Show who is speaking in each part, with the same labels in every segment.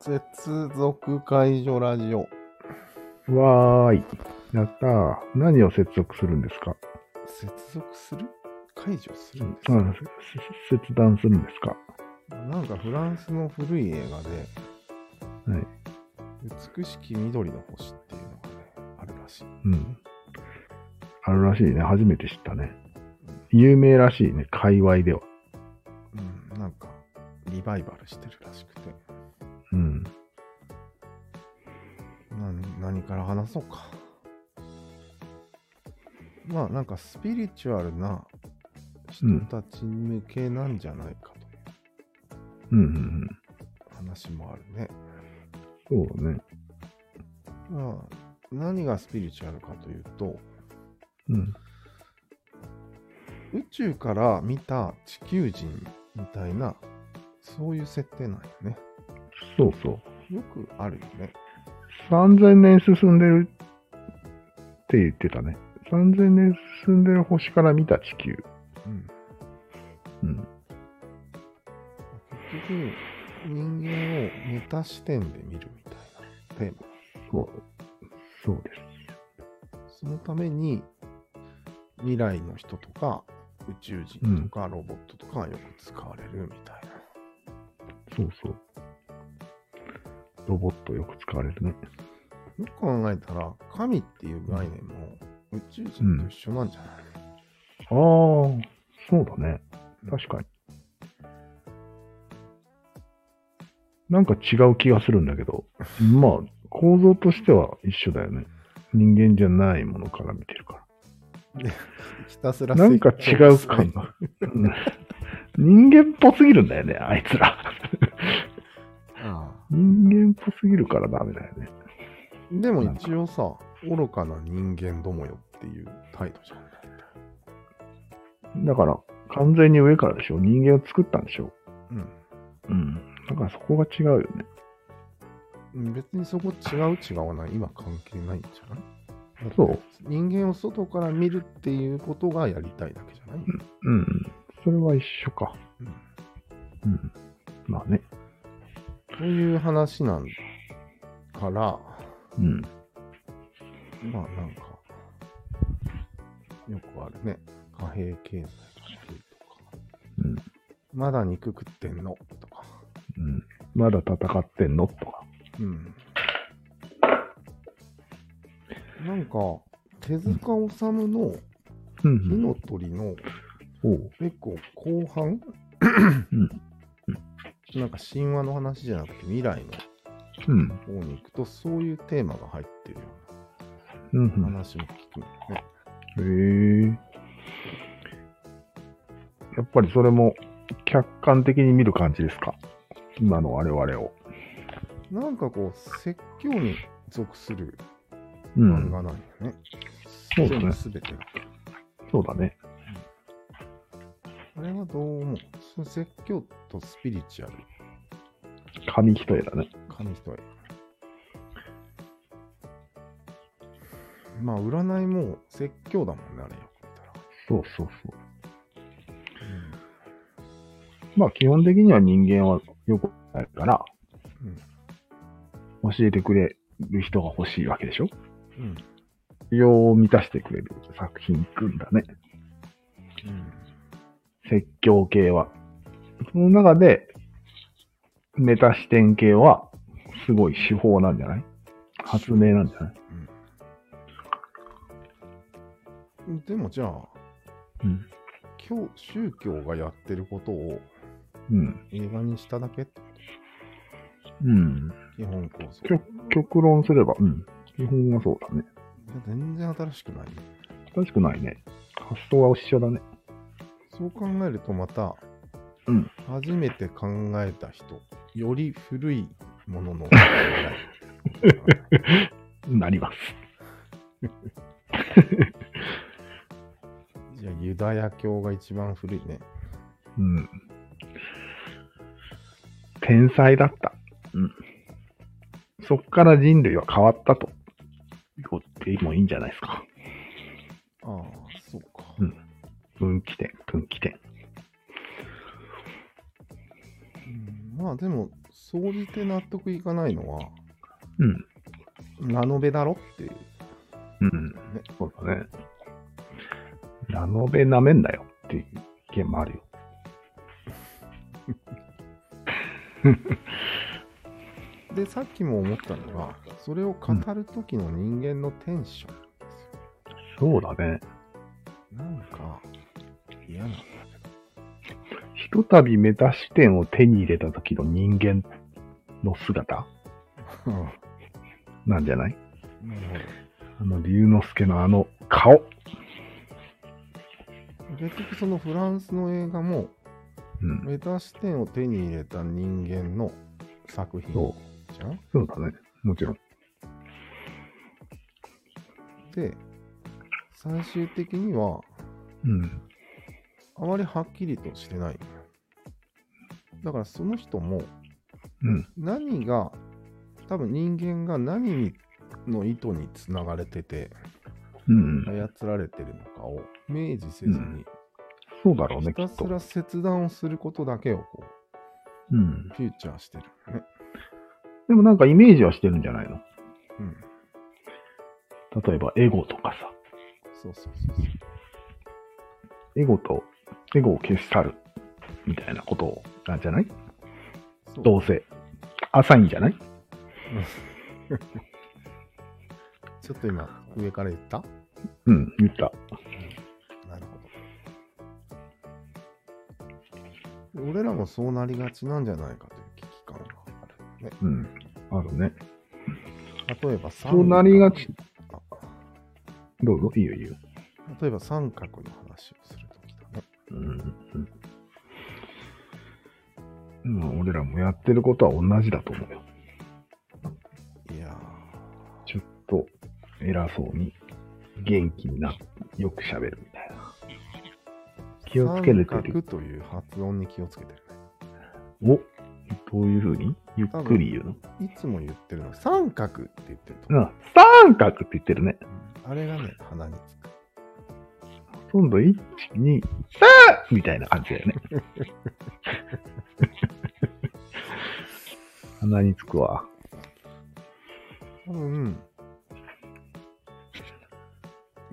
Speaker 1: 接続解除ラジオ。
Speaker 2: わーい。やったー。何を接続するんですか
Speaker 1: 接続する解除す
Speaker 2: う
Speaker 1: るん
Speaker 2: ん
Speaker 1: です
Speaker 2: あ
Speaker 1: か、
Speaker 2: せ切断するんですか
Speaker 1: なんかフランスの古い映画で、
Speaker 2: はい
Speaker 1: 美しき緑の星っていうのがね、あるらしい。
Speaker 2: うん。あるらしいね。初めて知ったね。有名らしいね。界隈では。
Speaker 1: うん、なんか、リバイバルしてるらしくて。
Speaker 2: うん。
Speaker 1: な何から話そうか。まあ、なんかスピリチュアルな人たち向けなんじゃないかという
Speaker 2: うんうん
Speaker 1: 話もあるね。
Speaker 2: うん。そうね。
Speaker 1: まあ、何がスピリチュアルかというと、
Speaker 2: うん。
Speaker 1: 宇宙から見た地球人みたいな、そういう設定なんよね。
Speaker 2: そうそう。
Speaker 1: よくあるよね。
Speaker 2: 3000年進んでるって言ってたね。3000年進んでる星から見た地球。
Speaker 1: うん。
Speaker 2: うん。
Speaker 1: 結局、人間をメタ視点で見るみたいなテーマ。
Speaker 2: そう。そうです。
Speaker 1: そのために未来の人とか宇宙人とかロボットとかがよく使われるみたいな。
Speaker 2: そうそう。ロボットよく使われるね。
Speaker 1: よく考えたら神っていう概念も宇宙人と一緒なんじゃない、
Speaker 2: ああ、そうだね。確かに。なんか違う気がするんだけど、まあ、構造としては一緒だよね。人間じゃないものから見てるか
Speaker 1: ひたすら
Speaker 2: ら。なんか違う感
Speaker 1: な
Speaker 2: が。うん 人間っぽすぎるんだよね、あいつら。人間っぽすぎるからダメだよね。
Speaker 1: でも一応さ、愚かな人間どもよっていう態度じゃん。
Speaker 2: だから、完全に上からでしょ。人間を作ったんでしょ。
Speaker 1: うん
Speaker 2: うん。だからそこが違うよね。
Speaker 1: うん別にそこ違う違わない、今関係ないんじゃないだって
Speaker 2: そう
Speaker 1: 人間を外から見るっていうことがやりたいだけじゃない、
Speaker 2: うん。それは一緒か。
Speaker 1: うん
Speaker 2: うん。まあね。
Speaker 1: という話なんだから、ま
Speaker 2: うん。
Speaker 1: あなんか、よくあるね。貨幣経済とか
Speaker 2: うん。
Speaker 1: まだ肉食ってんのとか。
Speaker 2: うん。まだ戦ってんのとか。
Speaker 1: うん。なんか、手塚治虫の
Speaker 2: うん
Speaker 1: 火の鳥の
Speaker 2: うん。おう。
Speaker 1: 結構後半、
Speaker 2: うん
Speaker 1: なんか神話の話じゃなくて未来
Speaker 2: うん。
Speaker 1: の方に行くとそういうテーマが入ってるよ
Speaker 2: う。
Speaker 1: うなん話も聞くんだよね。
Speaker 2: へえ。やっぱりそれも客観的に見る感じですか。今の我々を。
Speaker 1: なんかこう、説教に属する
Speaker 2: う
Speaker 1: 漫。画なんよね。
Speaker 2: そうだね
Speaker 1: すべてが。
Speaker 2: そうだね。
Speaker 1: あれはどう思うその説教とスピリチュアル、
Speaker 2: 紙一重だね。
Speaker 1: 紙一重。まあ、占いも説教だもんね、あれよ。見たら
Speaker 2: そうそうそう。まあ基本的には人間はよくないから、教えてくれる人が欲しいわけでしょ
Speaker 1: うん。うん。
Speaker 2: 需要を満たしてくれる作品行くんだね。
Speaker 1: うん。
Speaker 2: 説教系は。その中で、メタ視点系は、すごい手法なんじゃない発明なんじゃない
Speaker 1: でもじゃあ、
Speaker 2: うん。
Speaker 1: 今日、宗教がやってることを
Speaker 2: うん。
Speaker 1: 映画にしただけって
Speaker 2: うん。
Speaker 1: 基本構造。
Speaker 2: 極極論すれば、うん。基本はそうだね。
Speaker 1: いや全然新しくないね。
Speaker 2: 正しくないね。発想は一緒だね。
Speaker 1: そう考えるとまた、
Speaker 2: うん
Speaker 1: 初めて考えた人、より古いものの
Speaker 2: なります。
Speaker 1: じゃあユダヤ教が一番古いね。
Speaker 2: うん。天才だった。うん。そっから人類は変わったと。言ってもいいんじゃないですか。
Speaker 1: ああ、そうか。
Speaker 2: うん分岐点、分岐点。
Speaker 1: うんまあでも、総じて納得いかないのは、
Speaker 2: うん。
Speaker 1: ナノベだろっていう。
Speaker 2: うん。そうだね。ラノベ舐めんなよっていう意見もあるよ。
Speaker 1: で、さっきも思ったのは、それを語る時の人間のテンションですよ。
Speaker 2: そうだね。
Speaker 1: なんか、嫌なんだ
Speaker 2: ひとたびメタ視点を手に入れた時の人間の姿
Speaker 1: けど。な
Speaker 2: なんじゃない
Speaker 1: るほど。
Speaker 2: あの、龍之介のあの顔。
Speaker 1: 結局そのフランスの映画も
Speaker 2: うん。
Speaker 1: メタ視点を手に入れた人間の作品
Speaker 2: そ
Speaker 1: じゃん
Speaker 2: う。そうだね。もちろん。
Speaker 1: で最終的には
Speaker 2: うん。
Speaker 1: あまりはっきりとしてないんだよだからその人も
Speaker 2: うん。
Speaker 1: 何が多分人間が何にの意図につながれてて
Speaker 2: うん。
Speaker 1: 操られてるのかを明示せずに、
Speaker 2: うんそうだろうね、
Speaker 1: ひ
Speaker 2: き
Speaker 1: た
Speaker 2: っ
Speaker 1: す
Speaker 2: と。
Speaker 1: ら切断をすることだけをこ
Speaker 2: うん
Speaker 1: う。フューチャーしてるよね。
Speaker 2: でもなんかイメージはしてるんじゃないの
Speaker 1: うん。
Speaker 2: 例えば、エゴとかさ。
Speaker 1: そうそうそうそう。
Speaker 2: エゴと、エゴを消し去る。みたいなことなんじゃない
Speaker 1: そう
Speaker 2: どうせ。浅いんじゃない
Speaker 1: ちょっと今、上から言った
Speaker 2: うん、言った。
Speaker 1: なるほど。俺らもそうなりがちなんじゃないかという危機感があるよね。
Speaker 2: うん。あるね。
Speaker 1: 例えば三
Speaker 2: そうなりがち。
Speaker 1: あ
Speaker 2: どうぞ、いいよいいよ。
Speaker 1: 例えば三角の話をするときだね。
Speaker 2: うん。うん、まあ俺らもやってることは同じだと思うよ。
Speaker 1: いや
Speaker 2: ちょっと偉そうに元気になってよく喋るみたいな。
Speaker 1: ー
Speaker 2: 気をつける
Speaker 1: 三角という発音に気をつけてる
Speaker 2: おどういうふうにゆっくり言うの
Speaker 1: ね。いつも言ってるの、三角って言ってると
Speaker 2: う
Speaker 1: 思う。
Speaker 2: ん、三角って言ってるね。
Speaker 1: あれがね、鼻につく。
Speaker 2: ほとんど1、2、3! みたいな感じだよね。鼻につくわ。
Speaker 1: 多分、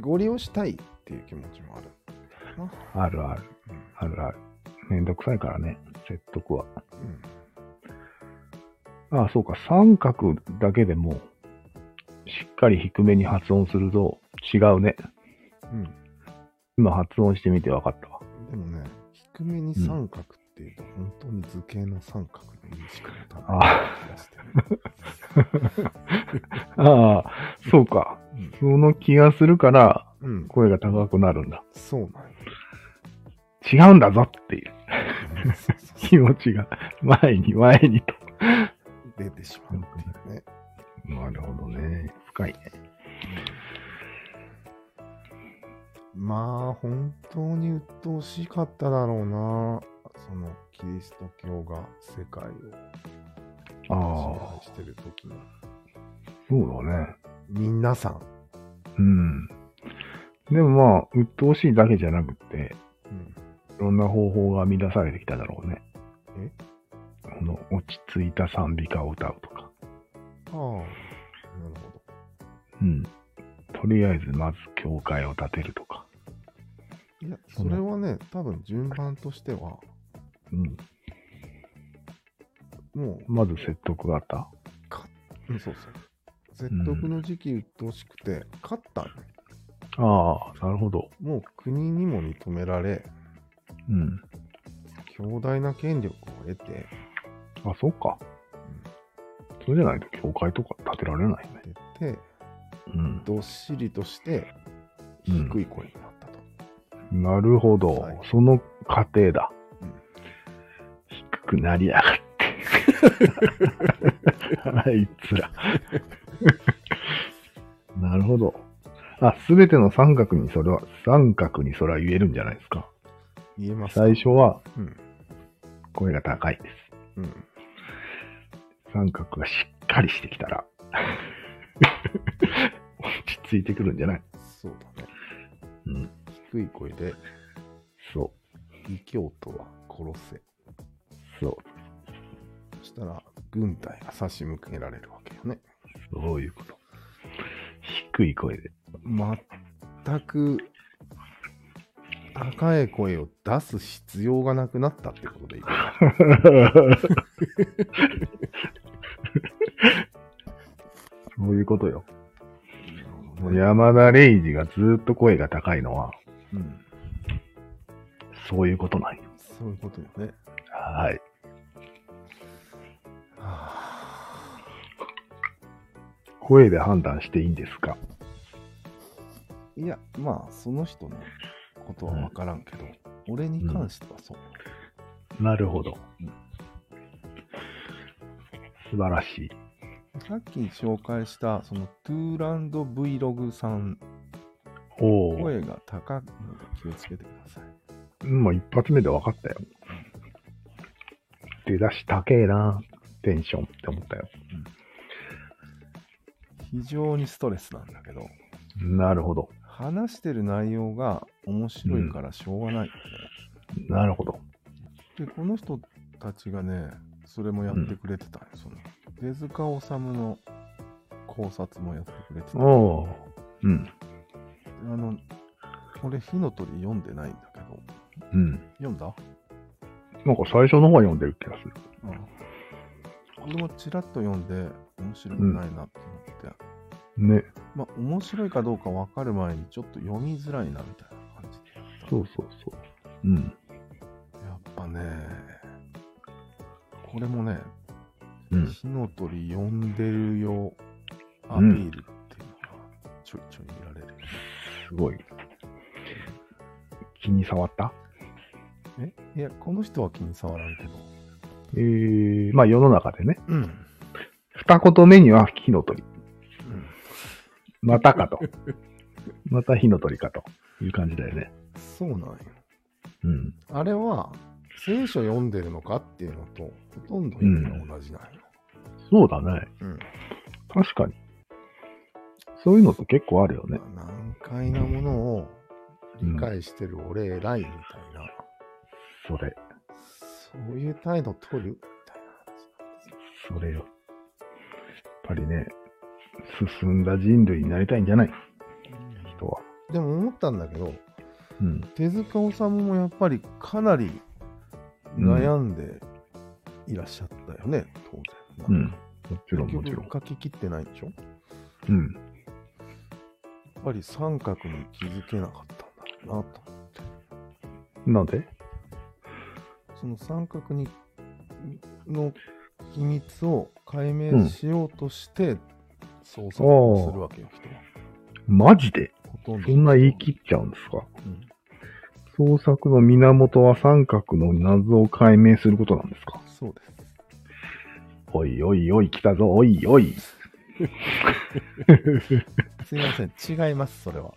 Speaker 1: ご利用したいっていう気持ちもある。
Speaker 2: あるある。あるある。めんどくさいからね、説得は。
Speaker 1: うん
Speaker 2: ああ、そうか。三角だけでも、しっかり低めに発音すると違うね。
Speaker 1: うん。
Speaker 2: 今発音してみて分かったわ。
Speaker 1: でもね、低めに三角っていうと、本当に図形の三角の意味しかなかった気がしてる。
Speaker 2: ああ、そうか。その気がするから
Speaker 1: うん、
Speaker 2: 声が高くなるんだ。
Speaker 1: そうなんよ
Speaker 2: 違うんだぞっていう
Speaker 1: そうそうそう
Speaker 2: 気持ちが前に前にと。
Speaker 1: 出てしまうっていうね。
Speaker 2: なるほどね。深いね。
Speaker 1: まあ、本当に鬱陶しかっただろうな。そのキリスト教が世界
Speaker 2: あ
Speaker 1: を支配、
Speaker 2: あ
Speaker 1: してる時の
Speaker 2: そうだね。
Speaker 1: 皆さん。
Speaker 2: うん。でもまあ、鬱陶しいだけじゃなくて、
Speaker 1: うん
Speaker 2: いろんな方法が編み出されてきただろうね。
Speaker 1: え
Speaker 2: この落ち着いた賛美歌を歌うとか。
Speaker 1: ああ、なるほど。
Speaker 2: うん。とりあえずまず教会を建てるとか。
Speaker 1: いや、それはね、多分順番としては、
Speaker 2: うん。
Speaker 1: もう
Speaker 2: まず説得があった。
Speaker 1: うん、そうそう。説得の時期鬱陶しくて、勝ったの
Speaker 2: ああ、なるほど。
Speaker 1: もう国にも認められ、
Speaker 2: うん。
Speaker 1: 強大な権力を得て、
Speaker 2: あ、そうか。そうじゃないと教会とか建てられないよね。
Speaker 1: 出て、
Speaker 2: うん。
Speaker 1: どっしりとして、低
Speaker 2: うん
Speaker 1: い声になったと。
Speaker 2: なるほど。
Speaker 1: はい
Speaker 2: その過程だ。
Speaker 1: うん
Speaker 2: 低くなりやが って。あいつら。 なるほど。あ、すべての三角にそれは、三角にそれは言えるんじゃないですか。
Speaker 1: 言えますか
Speaker 2: 最初は
Speaker 1: うん。
Speaker 2: 声が高いです。
Speaker 1: うん。
Speaker 2: 三角がしっかりしてきたら、 落ち着いてくるんじゃない
Speaker 1: そうだね。
Speaker 2: うん。
Speaker 1: 低い声で、
Speaker 2: そ
Speaker 1: 異教徒は殺せ。
Speaker 2: う。そう。
Speaker 1: そしたら、軍隊が差し向けられるわけよね。
Speaker 2: そういうこと。低い声で。
Speaker 1: 全く高い声を出す必要がなくなったってことでいいかな
Speaker 2: そういうことよ。山田レイジがずーっと声が高いのは、
Speaker 1: うん、
Speaker 2: そういうことなんよ。
Speaker 1: そういうことよね。
Speaker 2: はい。
Speaker 1: はあ
Speaker 2: 声で判断していいんですか
Speaker 1: いや、まあ、その人のことは分からんけど、俺に関してはそうよ。
Speaker 2: なるほど。素晴らしい。
Speaker 1: さっき紹介した、そのトゥーランド Vlog さん、
Speaker 2: おお。
Speaker 1: 声が高いので気をつけてください。
Speaker 2: まあ一発目で分かったよ。出だし高えな、テンションって思ったよ。
Speaker 1: 非常にストレスなんだけど、
Speaker 2: なるほど。
Speaker 1: 話してる内容が面白いからしょうがないよね。
Speaker 2: なるほど。
Speaker 1: で、この人たちがね、それもやってくれてたんよ、その。手塚治虫の考察もやってくれてた。
Speaker 2: おお。うん。
Speaker 1: あの、俺、火の鳥読んでないんだけど、
Speaker 2: うん。
Speaker 1: 読んだ
Speaker 2: なんか最初の方は読んでる気がする。
Speaker 1: 俺もちらっと読んで、面白くないなって思って、
Speaker 2: ね。
Speaker 1: まあ、面白いかどうか分かる前に、ちょっと読みづらいなみたいな感じで。
Speaker 2: そうそうそう。うん。
Speaker 1: やっぱね、これもね、
Speaker 2: うん。
Speaker 1: 火の鳥読んでるよアピールっていうのがちょいちょい見られるよね。
Speaker 2: すごい。気に触った
Speaker 1: えいや、この人は気に障らんけど。
Speaker 2: えー、まあ世の中でね。
Speaker 1: うん。
Speaker 2: 二言目には火の鳥。またかと。また火の鳥かという感じだよね。
Speaker 1: そうなんよ。
Speaker 2: うん。
Speaker 1: あれは、聖書読んでるのかっていうのと、ほとんど意味が同じなんよ。
Speaker 2: そうだね。
Speaker 1: うん
Speaker 2: 確かに。そういうのって結構あるよね。
Speaker 1: まあ難解なものを理解してる俺偉いみたいな、
Speaker 2: それ、
Speaker 1: そういう態度取るみたい
Speaker 2: それよ。やっぱりね、進んだ人類になりたいんじゃない
Speaker 1: な話なんですよ
Speaker 2: 人は。
Speaker 1: でも思ったんだけど、
Speaker 2: うん。
Speaker 1: 手塚治虫もやっぱりかなり悩んでいらっしゃったよね、当
Speaker 2: う
Speaker 1: 然
Speaker 2: ん。。もちろん、もち
Speaker 1: 結
Speaker 2: ろん。
Speaker 1: 局書き切ってないんでしょや
Speaker 2: うん。
Speaker 1: っぱり三角に気づけなかったんだろうなと。
Speaker 2: なんで
Speaker 1: その三角にの秘密を解明しようとして創作をするわけよ、人は。
Speaker 2: マジで
Speaker 1: ほとんど。
Speaker 2: そんな言い切っちゃうんですか
Speaker 1: うん
Speaker 2: 創作の源は三角の謎を解明することなんですか
Speaker 1: そうです。
Speaker 2: おいおいおい、来たぞ、おいおい。
Speaker 1: すいません、違います、それは。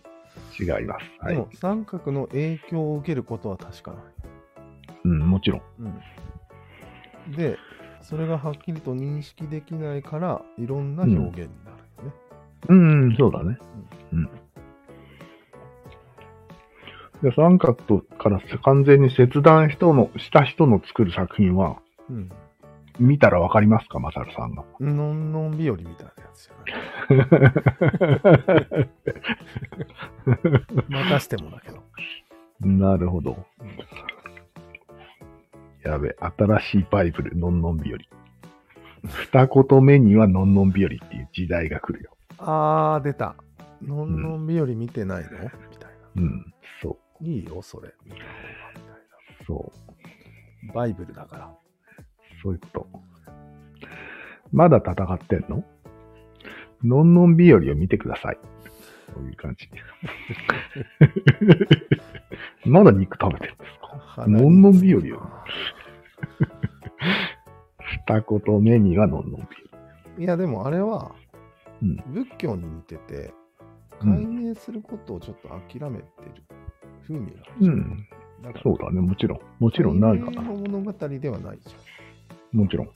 Speaker 2: 違います。は
Speaker 1: で
Speaker 2: い
Speaker 1: も。、三角の影響を受けることは確かない。
Speaker 2: うん、もちろん。
Speaker 1: うん、で、それがはっきりと認識できないから、いろんな表現になるよね。
Speaker 2: うん、そうだね。うん。で三角とから完全に切断人のした人の作る作品は、
Speaker 1: うん。
Speaker 2: 見たらわかりますか、マサルさんが。
Speaker 1: のんのん日和みたいなやつじゃない。またしてもだけど。
Speaker 2: なるほど。やべ、新しいバイブル、のんのん日和。二言目にはのんのん日和っていう時代が来るよ。
Speaker 1: あー、出た。のんのん日和見てないの、みたいな。
Speaker 2: うん、そ、
Speaker 1: いいよ、それ。見た方がみたいう
Speaker 2: そう。
Speaker 1: な。バイブルだから。
Speaker 2: そういうこと。まだ戦ってんののんのん日和を見てください。そういう感じ。 まだ肉食べてるんですかのんのん日和よ二言目にはのんのん日
Speaker 1: いや、でもあれは、
Speaker 2: うん
Speaker 1: 仏教に似てて、
Speaker 2: うん
Speaker 1: 解明することをちょっと諦めてる風味がある
Speaker 2: 和。
Speaker 1: じ
Speaker 2: う
Speaker 1: ゃん。
Speaker 2: ん。
Speaker 1: だから
Speaker 2: そうだね。もちろん。もちろんないか
Speaker 1: 解
Speaker 2: な
Speaker 1: 明。の物語ではないじ
Speaker 2: もちろん。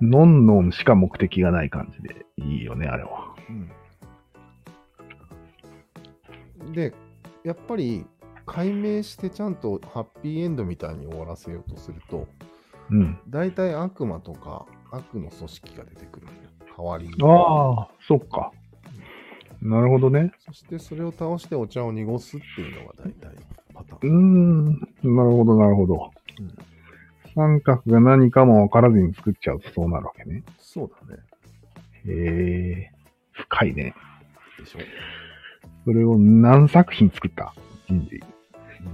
Speaker 2: のんのんしか目的がない感じでいいよね、あれは。
Speaker 1: ゃん。うん、で、やっぱり解明してちゃんとハッピーエンドみたいに終わらせようとすると、
Speaker 2: うん。
Speaker 1: 大体悪魔とか悪の組織が出てくるんだよ。代わりに。
Speaker 2: ああ、そっか。なるほどね。
Speaker 1: そしてそれを倒してお茶を濁すっていうのが大体パタ
Speaker 2: う
Speaker 1: ー
Speaker 2: ー
Speaker 1: ン。
Speaker 2: ん。なるほど、なるほど
Speaker 1: うん。
Speaker 2: 三角が何かもわからずに作っちゃうとそうなるわけね。
Speaker 1: そうだね。
Speaker 2: へえ。深いね。
Speaker 1: でしょ。
Speaker 2: それを何作品作った人事。
Speaker 1: もう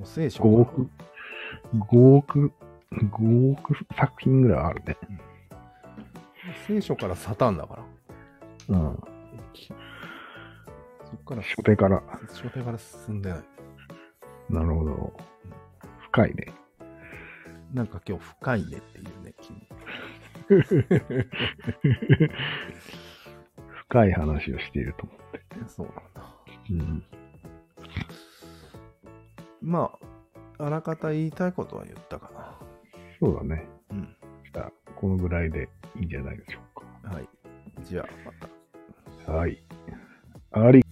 Speaker 1: もう聖書
Speaker 2: 5億、5億、5億作品ぐらいあるね。
Speaker 1: 聖書からサタンだから。
Speaker 2: うん。
Speaker 1: きそっから、
Speaker 2: 初手から。
Speaker 1: 初手から進んでない。
Speaker 2: なるほど。深いね。
Speaker 1: なんか今日深いねっていうね、君。
Speaker 2: 深い話をしていると思
Speaker 1: そうなんだ。
Speaker 2: う。うん。
Speaker 1: まあ、あらかた言いたいことは言ったかな。
Speaker 2: そうだね。
Speaker 1: うん。
Speaker 2: じゃあ、このぐらいでいいんじゃないでしょうか。
Speaker 1: はい。じゃあ、また。
Speaker 2: はい。あり